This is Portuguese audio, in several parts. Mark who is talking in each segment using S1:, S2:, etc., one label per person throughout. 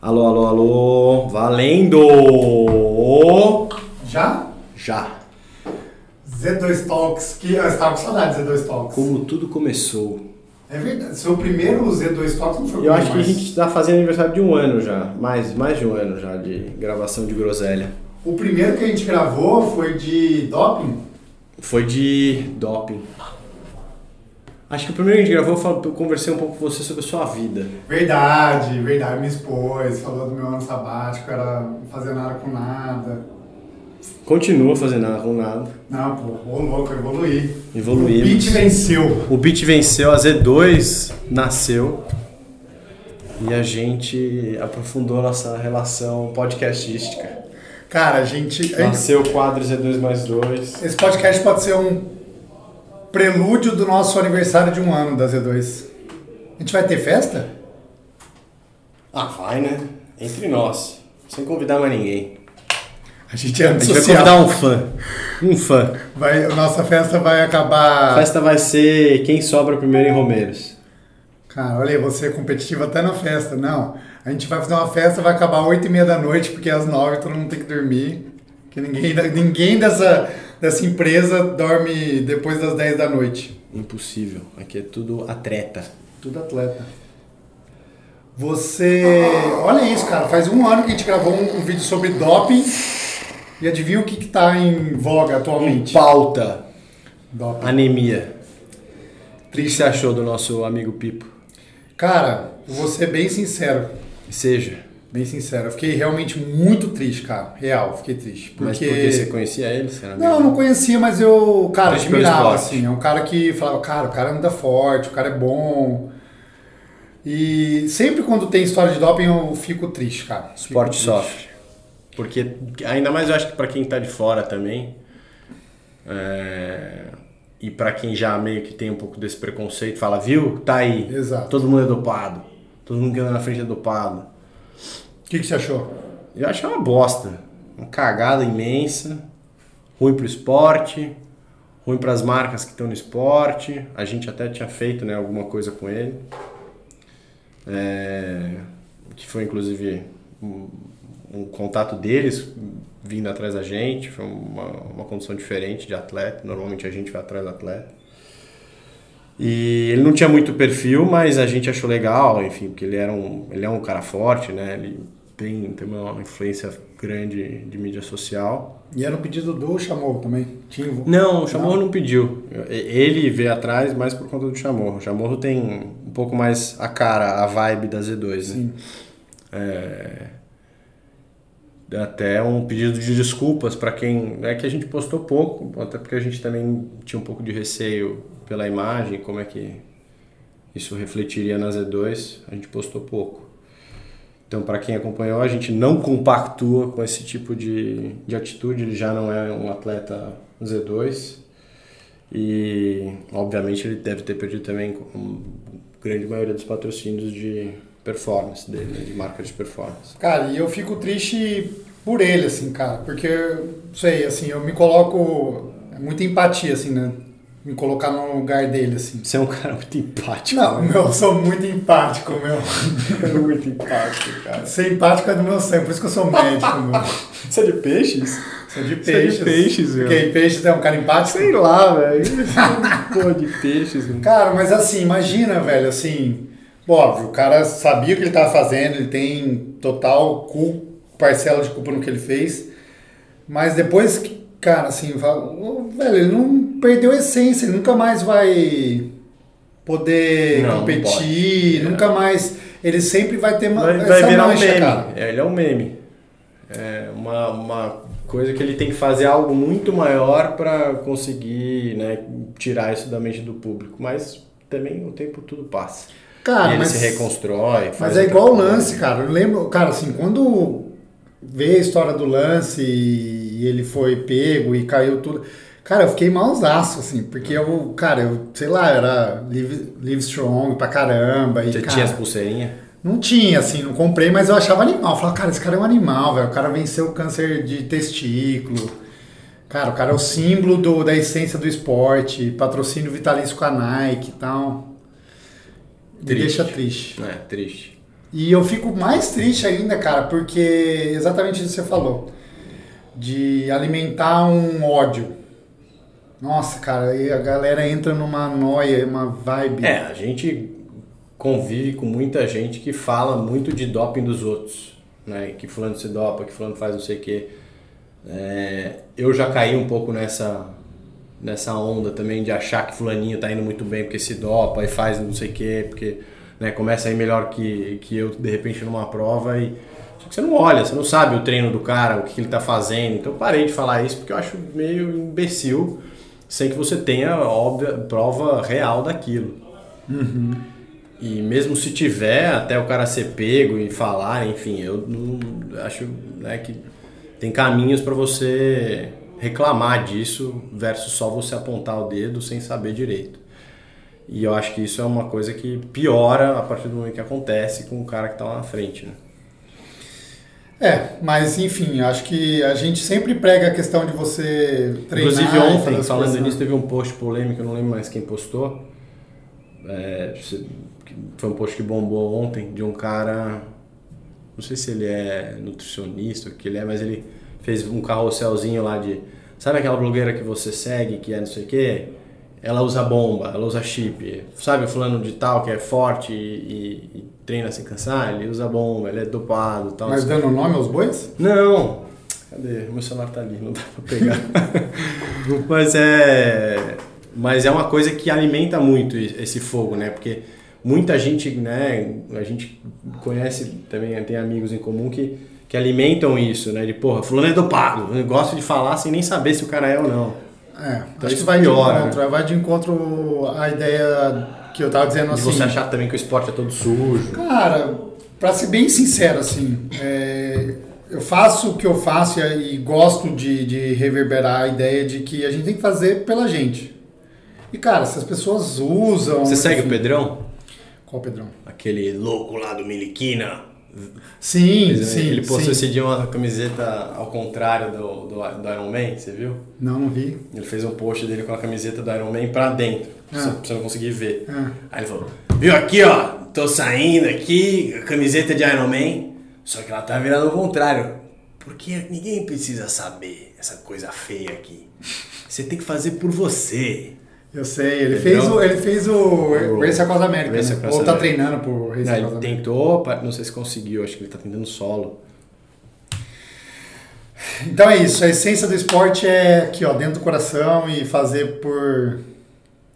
S1: Alô, alô, alô. Valendo!
S2: Já?
S1: Já.
S2: Z2 Talks, que eu estava com saudade do Z2 Talks.
S1: Como tudo começou.
S2: É verdade, seu primeiro Z2 Talks não foi
S1: Eu
S2: comigo
S1: acho que a
S2: mais.
S1: gente tá fazendo aniversário de um ano já. Mais, mais de um ano já de gravação de groselha.
S2: O primeiro que a gente gravou foi de doping.
S1: Foi de doping. Acho que o primeiro que a gente gravou, eu fal- eu conversei um pouco com você sobre a sua vida.
S2: Verdade, verdade, me expôs, falou do meu ano sabático, era não fazer nada com nada.
S1: Continua fazendo nada com nada.
S2: Não, pô, ô louco, eu evoluí. O
S1: Evoluímos.
S2: Pete venceu.
S1: O Beat venceu, a Z2 nasceu. E a gente aprofundou nossa relação podcastística.
S2: Cara, a gente. a gente-
S1: Nasceu o quadro Z2 mais 2.
S2: Esse podcast pode ser um prelúdio do nosso aniversário de um ano da Z2. A gente vai ter festa?
S1: Ah, vai, né? Entre nós. Sem convidar mais ninguém.
S2: A gente é
S1: A gente vai
S2: antissocial.
S1: convidar um fã. Um fã.
S2: Vai, nossa festa vai
S1: A
S2: acabar.
S1: festa vai ser quem sobra primeiro em Romeiros.
S2: Cara, olha aí, você é competitivo até na festa. Não, a gente vai fazer uma festa, vai acabar às 8 e meia da noite, porque às 9 todo mundo tem que dormir. Porque ninguém, da- ninguém dessa, dessa empresa dorme depois das 10 da noite.
S1: Impossível. Aqui é tudo a treta.
S2: Tudo atleta. Você. Olha isso, cara. Faz um ano que a gente gravou um, um vídeo sobre doping. E adivinha o que, que tá em voga atualmente?
S1: Pauta.
S2: Doping.
S1: Anemia. O que você achou do nosso amigo Pipo?
S2: Cara, eu vou ser bem sincero.
S1: Seja.
S2: Bem sincero, eu fiquei realmente muito triste, cara. Real, fiquei triste. Porque...
S1: Mas porque você conhecia ele? Você era amigo
S2: Não, eu não conhecia, mas eu, cara,
S1: Triste pelo
S2: admirava,
S1: esporte.
S2: assim. É um cara que falava, cara, o cara anda forte, o cara é bom. E sempre quando tem história de doping eu fico triste, cara. Fico
S1: Esporte
S2: triste.
S1: sofre. Porque, ainda mais eu acho que pra quem tá de fora também, é, e pra quem já meio que tem um pouco desse preconceito, fala, viu? Tá aí.
S2: Exato.
S1: Todo mundo é dopado. Todo mundo que anda na frente é dopado.
S2: O que, que você achou?
S1: Eu acho uma bosta. Uma cagada imensa. Ruim pro esporte. Ruim pras marcas que estão no esporte. A gente até tinha feito né, alguma coisa com ele. É, que foi inclusive um, um contato deles vindo atrás da gente. Foi uma, uma condição diferente de atleta. Normalmente a gente vai atrás do atleta. E ele não tinha muito perfil, mas a gente achou legal, enfim, porque ele, era um, ele é um cara forte, né? Ele tem, tem uma influência grande de mídia social.
S2: E era um pedido do chamou também. Tinha...
S1: Não, o Chamorro não, pediu. E- Ele veio atrás mais por conta do Chamorro. O Chamorro tem um pouco mais a cara, a vibe da Z2, né? É, Até um pedido de desculpas para quem. É que a gente postou pouco, até porque a gente também tinha um pouco de receio pela imagem, como é que isso refletiria na Z2, a gente postou pouco. Então, para quem acompanhou, a gente não compactua com esse tipo de, de atitude, ele já não é um atleta Z2. E, obviamente, ele deve ter perdido também a grande maioria dos patrocínios de performance dele, né, de marca de performance.
S2: Cara, e eu fico triste por ele, assim, cara, porque, não sei, assim, eu me coloco. É muita empatia, assim, né? Me colocar no lugar dele, assim.
S1: Você é um cara muito empático.
S2: Não,
S1: né?
S2: meu, eu sou muito empático, meu.
S1: muito empático, cara.
S2: Ser empático é do meu sangue, por isso que eu sou médico, meu.
S1: Você é de peixes?
S2: Sou
S1: Você é
S2: de
S1: de
S2: peixes.
S1: peixes, meu.
S2: Porque peixes é um cara empático.
S1: Sei lá, velho. Porra de peixes, mano.
S2: Cara, mas assim, imagina, velho, assim, óbvio, o cara sabia o que ele tava fazendo, ele tem total cul- parcela de culpa no que ele fez, mas depois, que, cara, assim, fala, "Ô, velho, ele não perdeu a essência, ele nunca mais vai poder
S1: Não, não
S2: competir,
S1: pode. É.
S2: nunca mais, ele sempre vai ter uma,
S1: Vai,
S2: essa
S1: vai virar um
S2: mancha,
S1: meme.
S2: cara.
S1: É, ele é um meme. É uma, uma coisa que ele tem que fazer algo muito maior para conseguir né, tirar isso da mente do público. Mas também o tempo tudo passa.
S2: Cara,
S1: e ele
S2: Ah, mas-
S1: se reconstrói. faz
S2: Mas é
S1: outra
S2: igual o
S1: coisa.
S2: lance, cara. Eu lembro, cara, assim, quando vê a história do lance e ele foi pego e caiu tudo. Cara, eu fiquei malzaço, assim, porque eu, cara, eu, sei lá, era live, live strong pra caramba. E,
S1: Você
S2: cara,
S1: tinha as pulseirinhas?
S2: Não tinha, assim, não comprei, mas eu achava animal. Eu falava, cara, esse cara é um animal, velho. O cara venceu o câncer de testículo. Cara, o cara é o símbolo do- da essência do esporte, patrocínio vitalício com a Nike e tal. Me
S1: Triste.
S2: deixa triste.
S1: É, triste.
S2: E eu fico mais triste ainda, cara, porque exatamente isso que você falou. De alimentar um ódio. Nossa, cara, aí a galera entra numa noia, uma vibe.
S1: É, a gente convive com muita gente que fala muito de doping dos outros, né? Que fulano se dopa, que fulano faz não sei o quê. É, eu já caí um pouco nessa nessa onda também de achar que fulaninho tá indo muito bem porque se dopa e faz não sei o quê, porque né, começa a ir melhor que, que eu de repente numa prova e só que você não olha, você não sabe o treino do cara, o que, que ele tá fazendo. Então eu parei de falar isso porque eu acho meio imbecil sem que você tenha óbvia, prova real daquilo.
S2: Uhum.
S1: E mesmo se tiver, até o cara ser pego e falar, enfim, eu não, acho né, que tem caminhos para você reclamar disso versus só você apontar o dedo sem saber direito. E eu acho que isso é uma coisa que piora a partir do momento que acontece com o cara que está lá na frente. Né?
S2: É, mas enfim, acho que a gente sempre prega a questão de você treinar.
S1: Inclusive ontem, falando coisas,
S2: né?
S1: nisso, teve um post polêmico, eu não lembro mais quem postou. É, foi um post que bombou ontem de um cara, não sei se ele é nutricionista, o que ele é, mas ele fez um carrosselzinho lá de, sabe aquela blogueira que você segue, que é não sei o quê? Ela usa bomba, ela usa chip, sabe o fulano de tal que é forte e, e, e treina sem cansar, ele usa bomba, ele é dopado tal.
S2: Mas dando nome aos bois?
S1: Não, cadê? Meu celular tá ali, não dá pra pegar. mas é... Mas é uma coisa que alimenta muito esse fogo, né? Porque muita gente, né, a gente conhece também, tem amigos em comum que, que alimentam isso, né, de porra, fulano é dopado, eu gosto de falar sem nem saber se o cara é ou não.
S2: É, então acho que vai piora, de encontro, né? vai de encontro a ideia que eu tava dizendo
S1: de
S2: assim.
S1: você achar também que o esporte é todo sujo.
S2: Cara, para ser bem sincero, assim, é, eu faço o que eu faço e, e gosto de, de reverberar a ideia de que a gente tem que fazer pela gente. E, cara, se as pessoas usam...
S1: Você segue o Pedrão?
S2: Qual Pedrão?
S1: Aquele louco lá do Miliquina.
S2: Sim,
S1: ele,
S2: sim.
S1: Ele postou
S2: sim.
S1: esse dia uma camiseta ao contrário do, do, do, Iron Man, você viu?
S2: Não, não vi.
S1: Ele fez um post dele com a camiseta do Iron Man pra dentro, ah. pra você não conseguir ver.
S2: Ah.
S1: Aí ele falou: Viu aqui, ó, tô saindo aqui, a camiseta de Iron Man, só que ela tá virando ao contrário. Porque ninguém precisa saber essa coisa feia aqui. Você tem que fazer por você.
S2: Eu sei, ele, Entendeu? fez o, ele fez o, o Race Across America, Race né? ou tá treinando pro Race
S1: não, Across Ele tentou, não sei se conseguiu, acho que ele tá tentando solo.
S2: Então é isso, a essência do esporte é aqui, ó, dentro do coração e fazer por...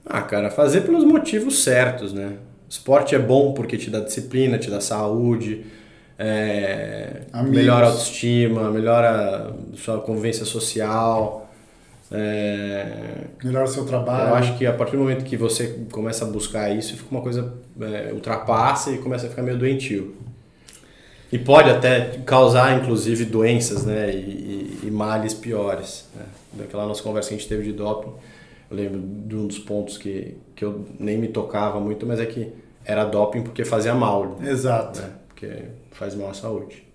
S1: Ah, cara, fazer pelos motivos certos, né? Esporte é bom porque te dá disciplina, te dá saúde, é... melhora a autoestima, melhora a sua convivência social... É...
S2: Melhora o seu trabalho.
S1: Eu acho que a partir do momento que você começa a buscar isso, fica uma coisa é, ultrapassa e começa a ficar meio doentio. E pode até causar, inclusive, doenças né? e, e, e males piores. Né? Daquela nossa conversa que a gente teve de doping, eu lembro de um dos pontos que, que eu nem me tocava muito, mas é que era doping porque fazia mal.
S2: Exato. Né?
S1: Porque faz mal à saúde.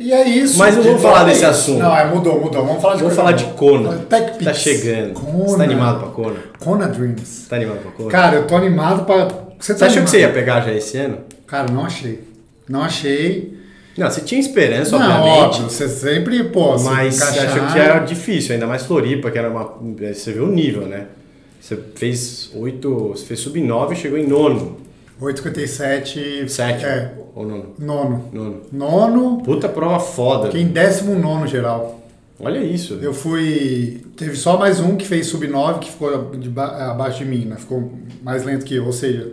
S2: E é isso.
S1: Mas não vamos falar desse assunto.
S2: Não, é, mudou, mudou. Vamos falar de
S1: Vamos falar de Kona. Tech tá chegando. Kona. Você tá animado pra Kona?
S2: Kona Dreams.
S1: Tá animado pra Kona?
S2: Cara, eu tô animado pra...
S1: Você, tá você achou que você ia pegar já esse ano?
S2: Cara, não achei. Não achei.
S1: Não, é você tinha esperança, não, obviamente. Óbvio,
S2: você sempre, pô,
S1: Mas você achou que era difícil, ainda mais Floripa, que era uma... Você viu o nível, né? Você fez oito... Você fez sub-9 e chegou em nono.
S2: 8,57.
S1: 7.
S2: É,
S1: ou nono?
S2: Nono.
S1: Nono.
S2: Nono.
S1: Puta prova foda.
S2: Fiquei em décimo nono geral.
S1: Olha isso.
S2: Eu fui. Teve só mais um que fez sub-9 que ficou de ba... abaixo de mim, né? Ficou mais lento que eu. Ou seja,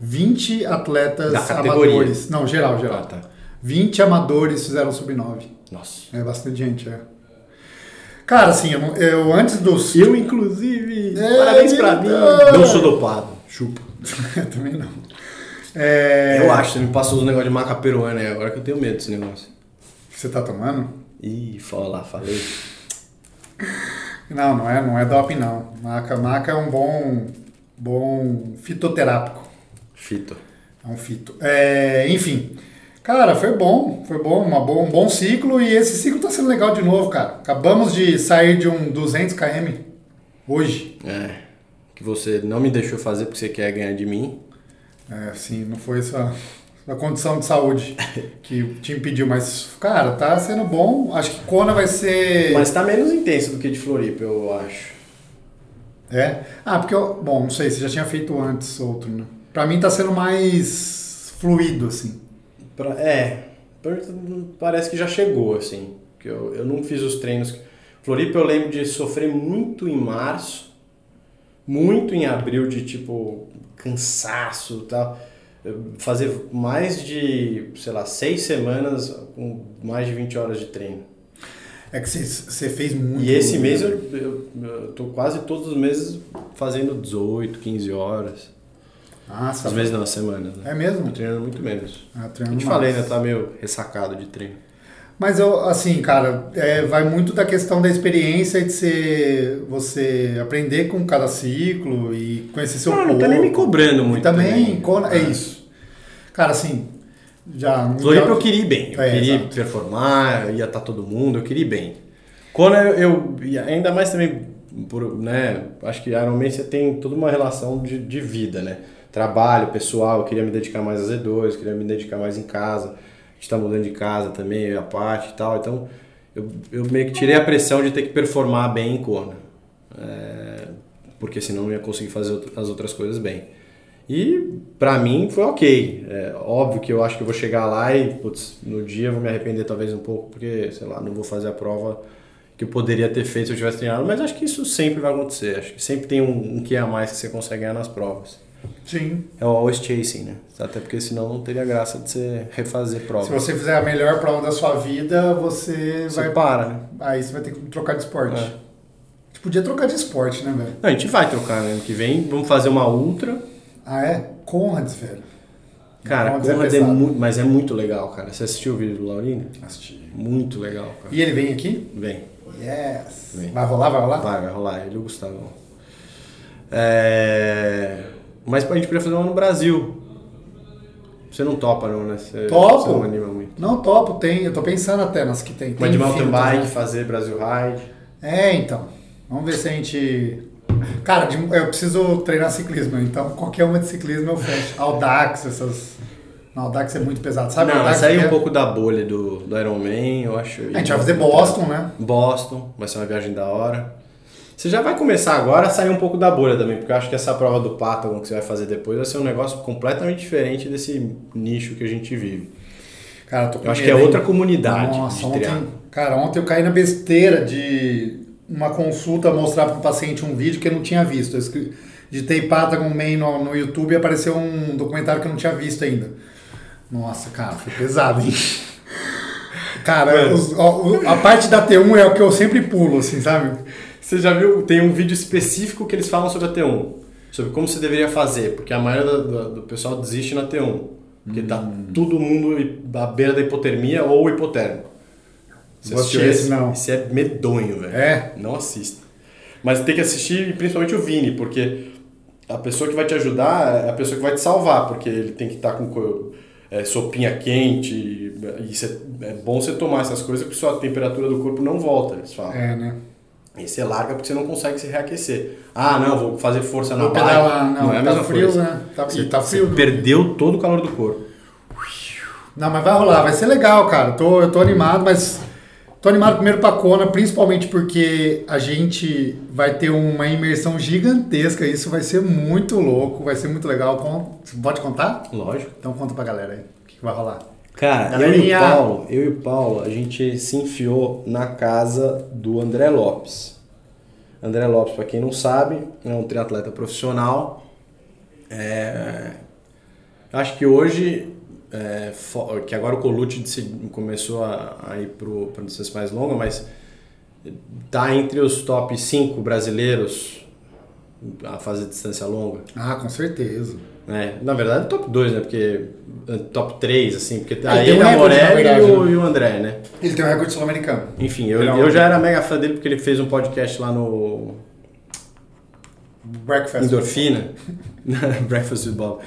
S2: 20 atletas amadores. Não, geral, geral. Ah, tá. 20 amadores fizeram sub-9.
S1: Nossa.
S2: É bastante gente, é. Cara, assim, eu, eu antes dos.
S1: Eu, inclusive. É, parabéns pra mim. Não sou dopado. Chupa.
S2: Também não.
S1: É... Eu acho, você me passou um negócio de maca peruana aí, agora que eu tenho medo desse negócio.
S2: Você tá tomando?
S1: Ih, fala lá, falei.
S2: Não, não é, não é doping não. Maca, maca é um bom, bom fitoterápico.
S1: Fito.
S2: É um fito. É, enfim, cara, foi bom, foi bom, uma bom, um bom ciclo e esse ciclo tá sendo legal de novo, cara. Acabamos de sair de um 200 km hoje.
S1: É, que você não me deixou fazer porque você quer ganhar de mim.
S2: É, sim, não foi só. da condição de saúde que o time pediu. Mas, cara, tá sendo bom. Acho que Kona vai ser.
S1: Mas tá menos intenso do que de Floripa, eu acho.
S2: É? Ah, porque eu. Bom, não sei, você já tinha feito antes outro, né? Pra mim tá sendo mais fluido, assim.
S1: Pra- é, pra- parece que já chegou, assim. Que eu, eu não fiz os treinos. que- Floripa eu lembro de sofrer muito em março, muito em abril de tipo cansaço e tal. Eu Fazer mais de, sei lá, seis semanas com mais de 20 horas de treino.
S2: É que você- você fez muito.
S1: E esse
S2: né?
S1: mês eu, eu, eu tô quase todos os meses fazendo 18, 15 horas.
S2: Nossa,
S1: Às vezes não, semanas, né?
S2: É mesmo?
S1: Tô treinando muito menos.
S2: Ah,
S1: Eu
S2: treinando
S1: te
S2: mais.
S1: falei, né? Tá meio ressacado de treino.
S2: Mas eu, assim, cara, é, vai muito da questão da experiência e de ser, você aprender com cada ciclo e conhecer seu
S1: Não,
S2: corpo.
S1: não tá nem me cobrando
S2: E
S1: muito.
S2: também, Kona- é
S1: É.
S2: isso. Cara, assim, já. um
S1: Floripa
S2: já-
S1: Então, eu queria ir bem. Eu
S2: É,
S1: queria
S2: exato.
S1: performar, ia estar todo mundo, eu queria ir bem. Kona eu, eu- e ainda mais também por, né, acho que Iron Man você tem toda uma relação de, de vida, né? Trabalho, pessoal, eu queria me dedicar mais a Z2, eu queria me dedicar mais em casa. A gente tá mudando de casa também, eu e a parte e tal, então eu, eu meio que tirei a pressão de ter que performar bem em Kona. É, porque senão eu não ia conseguir fazer out- as outras coisas bem. E pra mim foi ok. É, óbvio que eu acho que eu vou chegar lá e putz, no dia eu vou me arrepender talvez um pouco, porque, sei lá, não vou fazer a prova que eu poderia ter feito se eu tivesse treinado, mas acho que isso sempre vai acontecer. Acho que sempre tem um, um que a mais que você consegue ganhar nas provas.
S2: Sim.
S1: É o always chasing, né? Até porque senão não teria graça de você refazer provas.
S2: Se você fizer a melhor prova da sua vida, você
S1: Você
S2: vai.
S1: para, né?
S2: Aí você vai ter que trocar de esporte.
S1: É.
S2: A gente podia trocar de esporte, né, velho?
S1: Não, a gente vai trocar né? ano que vem, vamos fazer uma ultra.
S2: Ah, é? Conrads, velho.
S1: Cara,
S2: Conrads é
S1: Conrad é
S2: pesado.
S1: muito, mas é muito legal, cara. Você assistiu o vídeo do Laurinho?
S2: Assisti.
S1: Muito legal, cara.
S2: E ele vem aqui?
S1: Vem.
S2: Yes.
S1: Vem.
S2: Vai rolar, vai rolar?
S1: Vai, vai rolar, ele e o Gustavo. É... Mas a gente podia fazer uma no Brasil. Você não topa, não, né? Você,
S2: Topo.
S1: Você não anima muito.
S2: Não, topo, tem. Eu tô pensando até nas que tem.
S1: Uma
S2: Tem
S1: de mountain
S2: infinito,
S1: um bike,
S2: né?
S1: fazer Brasil Ride.
S2: É, então. Vamos ver se a gente. Cara, de- eu preciso treinar ciclismo, então qualquer uma de ciclismo eu fecho. Audax, essas. Não, Audax é muito pesado, sabe?
S1: não, mas
S2: Audax
S1: sair
S2: é-
S1: um pouco da bolha do, do Iron Man, eu acho.
S2: A gente vai fazer Boston, né?
S1: Boston, vai ser uma viagem da hora. Você já vai começar agora a sair um pouco da bolha também, porque eu acho que essa prova do Patagon que você vai fazer depois vai ser um negócio completamente diferente desse nicho que a gente vive.
S2: Cara, eu tô com
S1: Eu acho que
S2: medo,
S1: é
S2: hein?
S1: outra comunidade
S2: Nossa,
S1: de
S2: ontem,
S1: triatlo.
S2: cara, ontem eu caí na besteira de uma consulta mostrar para um paciente um vídeo que eu não tinha visto. Eu escre- digitei Patagon Man no, no YouTube e apareceu um documentário que eu não tinha visto ainda. Nossa, cara, foi pesado, hein? Cara,
S1: Mano.
S2: os- ó, o- a parte da T1 é o que eu sempre pulo, assim, sabe?
S1: Você já viu? Tem um vídeo específico que eles falam sobre a T1. Sobre como você deveria fazer, porque a maioria do, do- do pessoal desiste na T1. Porque tá
S2: Hum.
S1: todo mundo hi- à beira da hipotermia ou hipotérmico. Você
S2: Vou
S1: assistiu esse?
S2: assistir esse, não.
S1: Esse é medonho, velho.
S2: É?
S1: Não assista. Mas tem que assistir principalmente o Vini, porque a pessoa que vai te ajudar é a pessoa que vai te salvar, porque ele tem que estar com co- é, sopinha quente. E cê- é bom você tomar essas coisas, porque sua temperatura do corpo não volta, eles falam.
S2: É, né?
S1: E você larga porque você não consegue se reaquecer. Ah, não, vou fazer força na
S2: Vou
S1: bike.
S2: pedalar, não,
S1: é a
S2: tá
S1: mesma
S2: frio,
S1: coisa.
S2: né? Tá,
S1: Você-
S2: e tá frio.
S1: Você perdeu todo o calor do corpo.
S2: Não, mas vai rolar, vai ser legal, cara. Tô, eu tô animado, mas tô animado primeiro pra Kona, principalmente porque a gente vai ter uma imersão gigantesca. Isso vai ser muito louco, vai ser muito legal. Con- Pode contar?
S1: Lógico.
S2: Então conta pra galera aí o que que vai rolar.
S1: Cara, eu e
S2: Galerinha.
S1: o Paulo, eu e o Paulo, a gente se enfiou na casa do André Lopes. André Lopes, pra quem não sabe, é um triatleta profissional. É, Acho que hoje, é, fo- que agora o Colucci disse- começou a, a ir para distância mais longa, mas tá entre os top 5 brasileiros a fazer distância longa.
S2: Ah, com certeza.
S1: né? Na verdade, top 2, né? Porque eh, top 3, assim, porque tá
S2: É,
S1: aí
S2: tem um
S1: ele, a
S2: recorde, na
S1: Morelli e,
S2: verdade,
S1: o-
S2: né?
S1: e o André, né?
S2: Ele tem um recorde sul-americano.
S1: Enfim, eu,
S2: Ele é um-
S1: eu já era mega fã dele porque ele fez um podcast lá no
S2: Breakfast.
S1: Endorfina, Breakfast with Bob.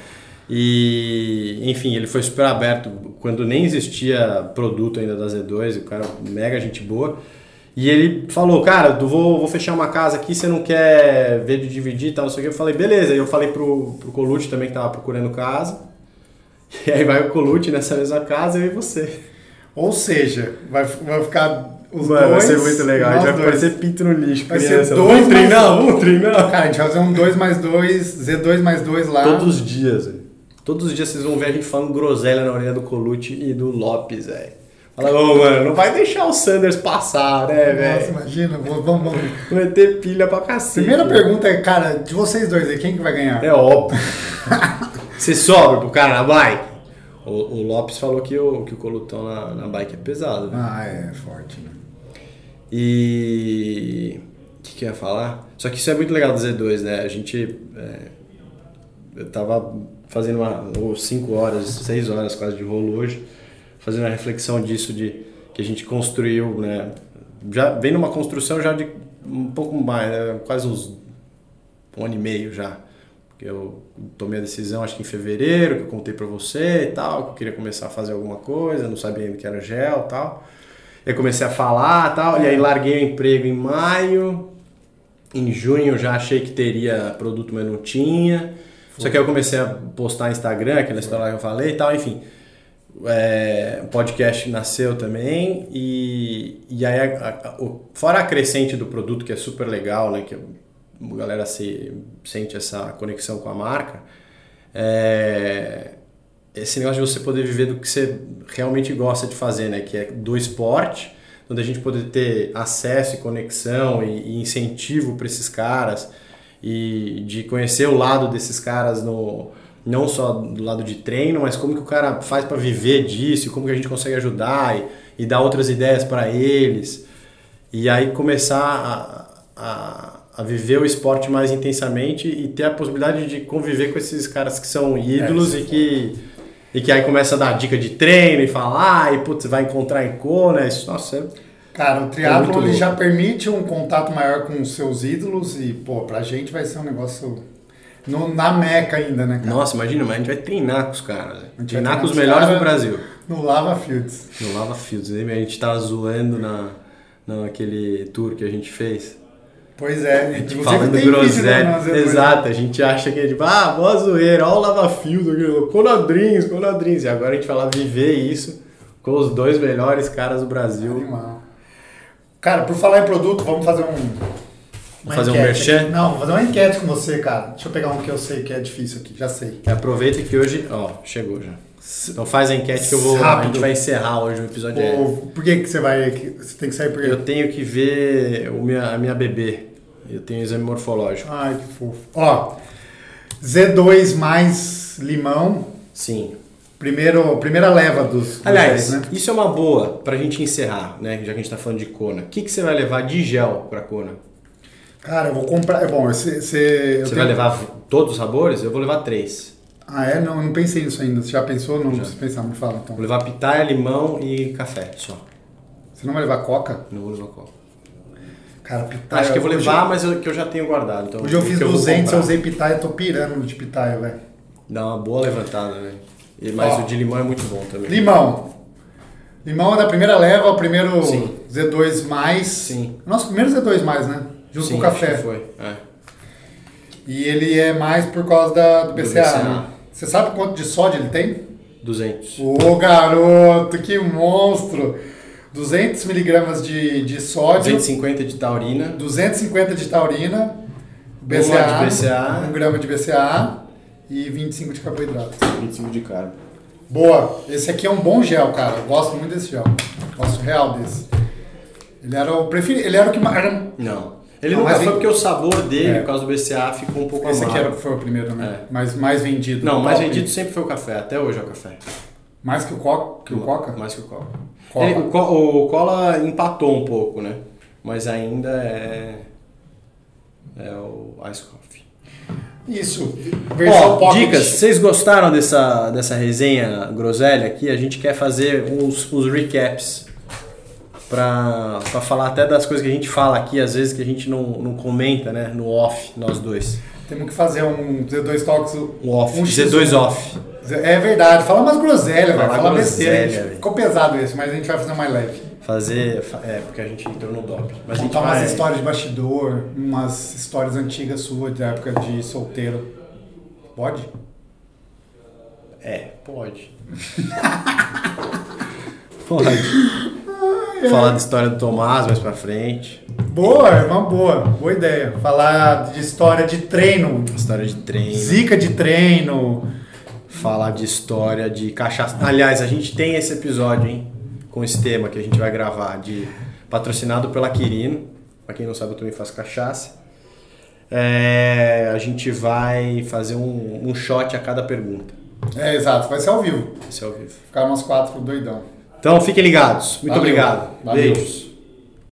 S1: E, enfim, ele foi super aberto quando nem existia produto ainda da Z2, o cara mega gente boa. E ele falou, cara, eu vou, vou fechar uma casa aqui, você não quer ver de dividir e tal, não sei o que. Eu falei, beleza. E eu falei pro, pro Colucci também que tava procurando casa. E aí vai o Colucci nessa mesma casa e aí você.
S2: Ou seja, vai, vai ficar os
S1: Mano, vai
S2: dois.
S1: ser muito legal. A gente
S2: nós
S1: vai
S2: dois.
S1: parecer pinto no lixo.
S2: Vai ser
S1: criança. Um
S2: dois
S1: Vamos treinar,
S2: mais-
S1: vamos treinar.
S2: Cara, a gente vai fazer um 2 mais 2, Z2 mais 2 lá.
S1: Todos os dias, velho. Todos os dias vocês vão ver a gente falando groselha na orelha do Colucci e do Lopes, velho. Fala, ô, mano, não vai deixar o Sanders passar, né,
S2: Nossa,
S1: velho?
S2: imagina, vamos, vamos. vamos.
S1: Vai ter pilha pra cacete.
S2: Primeira
S1: velho.
S2: pergunta é, cara, de vocês dois aí, quem que vai ganhar?
S1: É óbvio. Você sobe pro cara na bike. O, o Lopes falou que o, que o colutão na, na bike é pesado. velho.
S2: Ah, é forte. né?
S1: E. O que, que eu ia falar? Só que isso é muito legal do Z2, né? A gente. é, eu tava fazendo uma. ou 5 horas, 6 horas quase de rolo hoje, fazendo a reflexão disso de que a gente construiu, né? Já vem numa construção já de um pouco mais, né? quase uns um ano e meio já. Porque eu tomei a decisão, acho que em fevereiro, que eu contei pra você e tal, que eu queria começar a fazer alguma coisa, não sabia ainda que era gel e tal. Eu comecei a falar e tal, e aí larguei o emprego em maio. Em junho eu já achei que teria produto, mas não tinha. Só que aí eu comecei a postar no Instagram, aquela história lá que eu falei e tal, enfim. É, o podcast nasceu também e, e aí a- a- o- fora a crescente do produto que é super legal, né, que a galera se sente essa conexão com a marca, é, esse negócio de você poder viver do que você realmente gosta de fazer, né? Que é do esporte, onde a gente poder ter acesso e conexão e, e incentivo para esses caras e de conhecer o lado desses caras no não só do lado de treino, mas como que o cara faz para viver disso, e como que a gente consegue ajudar e, e dar outras ideias para eles e aí começar a, a, a viver o esporte mais intensamente e ter a possibilidade de conviver com esses caras que são ídolos e que e que aí começa a dar dica de treino e falar e putz, vai encontrar em cor, né? Isso, nossa, é-
S2: Cara, o
S1: É muito
S2: triatlo ele
S1: louco.
S2: já permite um contato maior com os seus ídolos e, pô, pra gente vai ser um negócio no- na meca ainda, né, cara?
S1: nossa, imagina, mas a gente vai treinar com os caras, né?
S2: gente vai
S1: treinar
S2: treinar
S1: com os
S2: com os
S1: melhores do
S2: caras.
S1: Brasil.
S2: No Lava Fields.
S1: No Lava Fields, lembra? A gente tava zoando na naquele tour que a gente fez.
S2: Pois é, inclusive
S1: Falando
S2: tem vídeo, né,
S1: groselha.
S2: nós dois.
S1: Exato, a gente acha que é tipo, ah, mó zoeira, ó o lava-fios, aquilo, coladrinhos, coladrinhos. E agora a gente vai lá viver isso com os dois melhores caras do Brasil.
S2: Animal. Cara, por falar em produto, vamos fazer um. uma
S1: fazer um
S2: enquete
S1: merchan?
S2: aqui. Não, vou fazer uma enquete com você, cara. Deixa eu pegar um que eu sei que é difícil aqui, já sei.
S1: E aproveita que hoje, ó, chegou já. Então faz a enquete que eu vou. A gente
S2: Rápido.
S1: vai encerrar hoje o episódio. é.
S2: Ou, por que, que você vai. que- Você tem que sair por quê?
S1: Eu tenho que ver o minha, a minha bebê. Eu tenho exame morfológico.
S2: Ai, que fofo. Ó, Z2 mais limão.
S1: Sim.
S2: Primeiro, primeira leva dos. dos
S1: Aliás,
S2: dez, né?
S1: isso é uma boa pra gente encerrar, né? Já que a gente tá falando de Kona. O que, que você vai levar de gel pra Kona?
S2: Cara, eu vou comprar. é Bom, você. Você
S1: Você vai levar todos os sabores? Eu vou levar três.
S2: Ah, é? Não, eu não pensei nisso ainda. Você já pensou? Não preciso pensar, me fala então.
S1: Vou levar pitaia, limão e café só.
S2: Você não vai levar coca?
S1: Não vou levar coca.
S2: Cara, pitaia.
S1: Acho que eu vou
S2: Tá, hoje-
S1: levar, mas eu, que eu já tenho guardado. Então
S2: Hoje eu
S1: o que
S2: fiz
S1: vou
S2: 200, eu
S1: comprar?
S2: usei pitaia, tô pirando de pitaia, velho.
S1: Dá uma boa levantada, né? E- Mas
S2: Ó.
S1: o de limão é muito bom também.
S2: Limão. Limão é da primeira leva, o primeiro
S1: Sim.
S2: Z2 mais.
S1: Sim.
S2: Nosso primeiro Z2 mais, né? Junto
S1: Sim,
S2: com o
S1: acho
S2: café.
S1: que foi. É.
S2: E ele é mais por causa da- do BCA.
S1: BCA.
S2: né? Você sabe quanto de sódio ele tem?
S1: 200.
S2: Ô garoto, que monstro! 200 miligramas de, de sódio,
S1: 250 de taurina.
S2: 250 de taurina, BCA,
S1: grama de BCA.
S2: 1 grama de BCA e 25 de carboidrato.
S1: 25 de carbo.
S2: Boa! Esse aqui é um bom gel, cara. Eu gosto muito desse gel. Gosto real desse. Ele era o preferido. Ele era um- o que mais. era-
S1: Não. Ele
S2: Não,
S1: nunca
S2: Ah, mas
S1: foi
S2: vem-
S1: porque o sabor dele,
S2: É.
S1: por causa do BCA, ficou um pouco
S2: Esse aqui
S1: amargo.
S2: era, foi o primeiro, né? Mas mais vendido.
S1: Não, o mais
S2: Top.
S1: vendido sempre foi o café. Até hoje é o café.
S2: Mais que o, co... que o Coca?
S1: Mais que o Coca. É,
S2: Cola.
S1: Ele- o, Co- o Cola empatou um pouco, né? Mas ainda é. É o Ice Coffee.
S2: Isso.
S1: Ó,
S2: Versão pocket.
S1: dicas, vocês gostaram dessa, dessa resenha groselha aqui? A gente quer fazer uns, uns recaps pra, pra falar até das coisas que a gente fala aqui, às vezes que a gente não, não comenta, né? No off, nós dois.
S2: Temos que fazer um Z2 Talks.
S1: Um off,
S2: Um X1.
S1: Z2 off.
S2: É verdade. Fala umas groselhas,
S1: Falar
S2: velho. Fala
S1: groselha,
S2: besteira. gente.
S1: velho.
S2: Ficou pesado esse, mas a gente vai fazer um mais leve.
S1: Fazer. fa- É, porque a gente entrou no DOP. Mas a gente
S2: Contar umas
S1: vai...
S2: histórias de bastidor, umas histórias antigas suas, da época de solteiro. Pode?
S1: É, pode. pode. Falar da história do Tomás mais pra frente.
S2: Boa, é uma boa, boa ideia. Falar de história de treino,
S1: História de treino.
S2: zica de treino.
S1: Falar de história de cachaça. Aliás, a gente tem esse episódio, hein? Com esse tema que a gente vai gravar, de patrocinado pela Quirino. Pra quem não sabe, eu também faço cachaça. É, a gente vai fazer um, um shot a cada pergunta.
S2: É, exato, vai ser ao vivo.
S1: Isso é ao vivo.
S2: Ficar umas quatro doidão.
S1: Então fiquem ligados. Muito
S2: Valeu.
S1: obrigado.
S2: Valeu.
S1: Beijos.